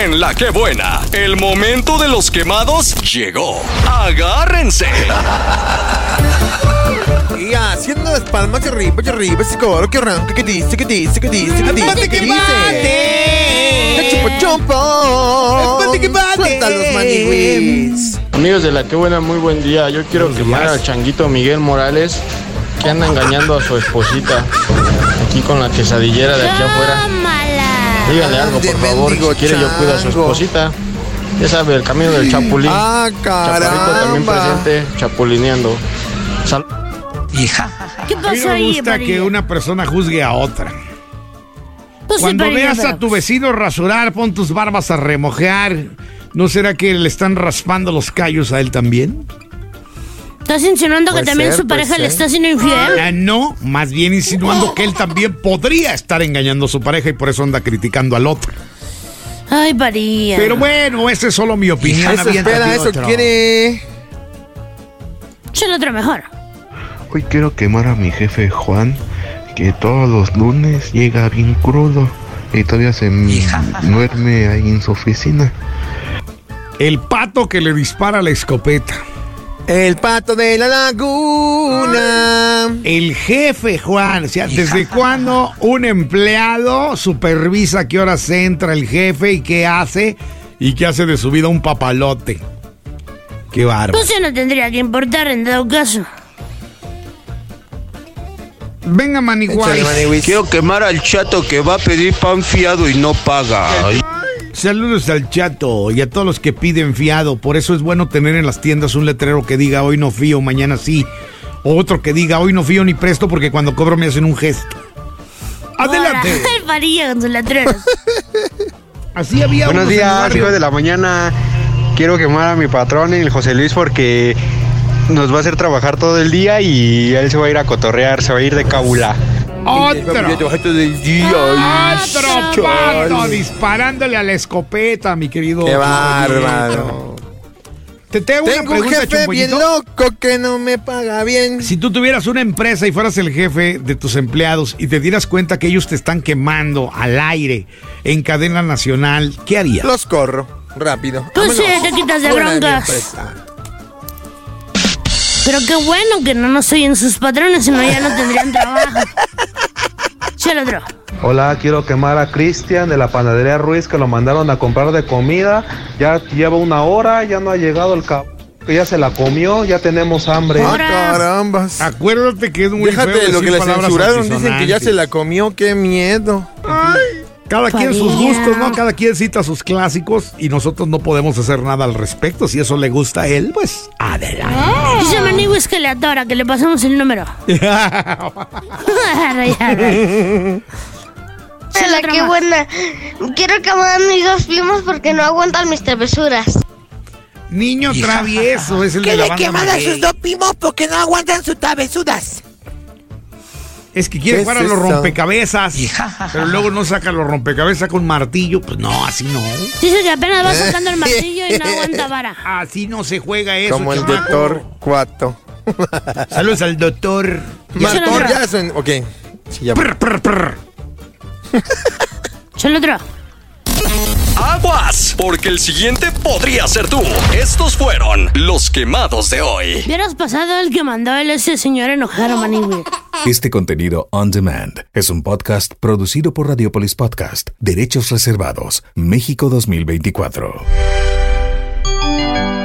En la que buena, el momento de los quemados llegó. Agárrense. Y haciendo las palmas hacia arriba, hacia arriba, ese coro que arranca, que dice, que dice, que dice, que dice, que dice. ¡La chupa chupa! ¡Espate que bate! los maniwis! Amigos de la que buena, muy buen día. Yo quiero quemar al changuito Miguel Morales que anda engañando a su esposita aquí con la quesadillera de aquí afuera. Tómala. Dígale algo, por Ande, favor. Si mendigo quiere, yo cuido a su chango. esposita. Ya sabe, el camino del chapulín. ¡Ah, Chaparrito también caramba! presente, chapulineando. Sal- ¿Qué A mí pasó no me ahí, gusta que Parrilla? una persona juzgue a otra. Tú Pues sí, Cuando Parrilla, veas a pero- tu vecino rasurar, pon tus barbas a remojar. ¿No será que le están raspando los callos a él también? ¿Estás insinuando que Puede también ser, su puede pareja le ser. está haciendo infiel? Ah, no, más bien insinuando que él también podría estar engañando a su pareja y por eso anda criticando al otro. Ay, Parrilla. Ah. Pero bueno, esa es solo mi opinión. Eso Aviéntate espera, eso otro. quiere. Yo lo otro mejor. Hoy quiero quemar a mi jefe Juan, que todos los lunes llega bien crudo y todavía se m- duerme ahí en su oficina. El pato que le dispara la escopeta. El pato de la laguna. El jefe, Juan. O sea, ¿desde cuándo un empleado supervisa a qué horas entra el jefe y qué hace? Y qué hace de su vida un papalote. Qué bárbaro. Pues eso no tendría que importar en dado caso. Venga, Échale, Maniguay. maniwis. Quiero quemar al chato que va a pedir pan fiado y no paga. Saludos al chato y a todos los que piden fiado. Por eso es bueno tener en las tiendas un letrero que diga hoy no fío, mañana sí. O otro que diga hoy no fío ni presto porque cuando cobro me hacen un gesto. Adelante. Ahora, El Parrilla con sus letreros. Así había Buenos unos en el días, barrio. amigos de la mañana. Quiero quemar a mi patrón, el José Luis, porque nos va a hacer trabajar todo el día y él se va a ir a cotorrear, se va a ir de cabula. Otro. Otro Otro pato disparándole a la escopeta, mi querido. ¡Qué bárbaro! Te tengo, una Tengo un pregunta, jefe bien Chumpollito. loco que no me paga bien. Si tú tuvieras una empresa y fueras el jefe de tus empleados y te dieras cuenta que ellos te están quemando al aire en cadena nacional, ¿qué harías? Los corro, rápido. Pues sí, Vámonos. te quitas de Fuera mi broncas. empresa. Pero qué bueno que no nos oyen sus patrones, sino ya no tendrían trabajo. Yo lo otro. Hola, quiero quemar a Cristian de la panadería Ruiz que lo mandaron a comprar de comida. Ya lleva una hora, ya no ha llegado el cabrón que ya se la comió, ya tenemos hambre. Ah, Ahora- carambas. Acuérdate que es Ah, muy Ah, Déjate de feo lo decir que le palabras censuraron. Dicen que ya altisonantes. se la comió. ¡Qué miedo! Cada quien sus Padilla. gustos, ¿no? Cada quien cita sus clásicos y nosotros no podemos hacer nada al respecto. Si eso le gusta a él, pues adelante. Dice Maniguis que le atora, que le pasamos el número. Hola, qué buena. Quiero que me den mis dos primos porque no aguantan mis travesuras. Niño travieso es el de la banda Maguey. pimos porque no aguantan sus travesuras. Es que quiere ¿Qué jugar es a los eso? rompecabezas, pero luego no saca los rompecabezas con martillo. Pues no, así no. Dice que apenas va sacando el martillo y no aguanta vara. Así no se juega eso. Como el chamaco. doctor Cuato. Saludos al doctor. Martor ya son. Ok. Sí, ya. Prr, prr, prr. Yo lo otro. Aguas, porque el siguiente podría ser tú. Estos fueron los quemados de hoy. Vieras pasado el que mandó el ese señor enojar a Maniguis. Este contenido on demand es un podcast producido por Radiopolis Podcast, Derechos Reservados, México 2024.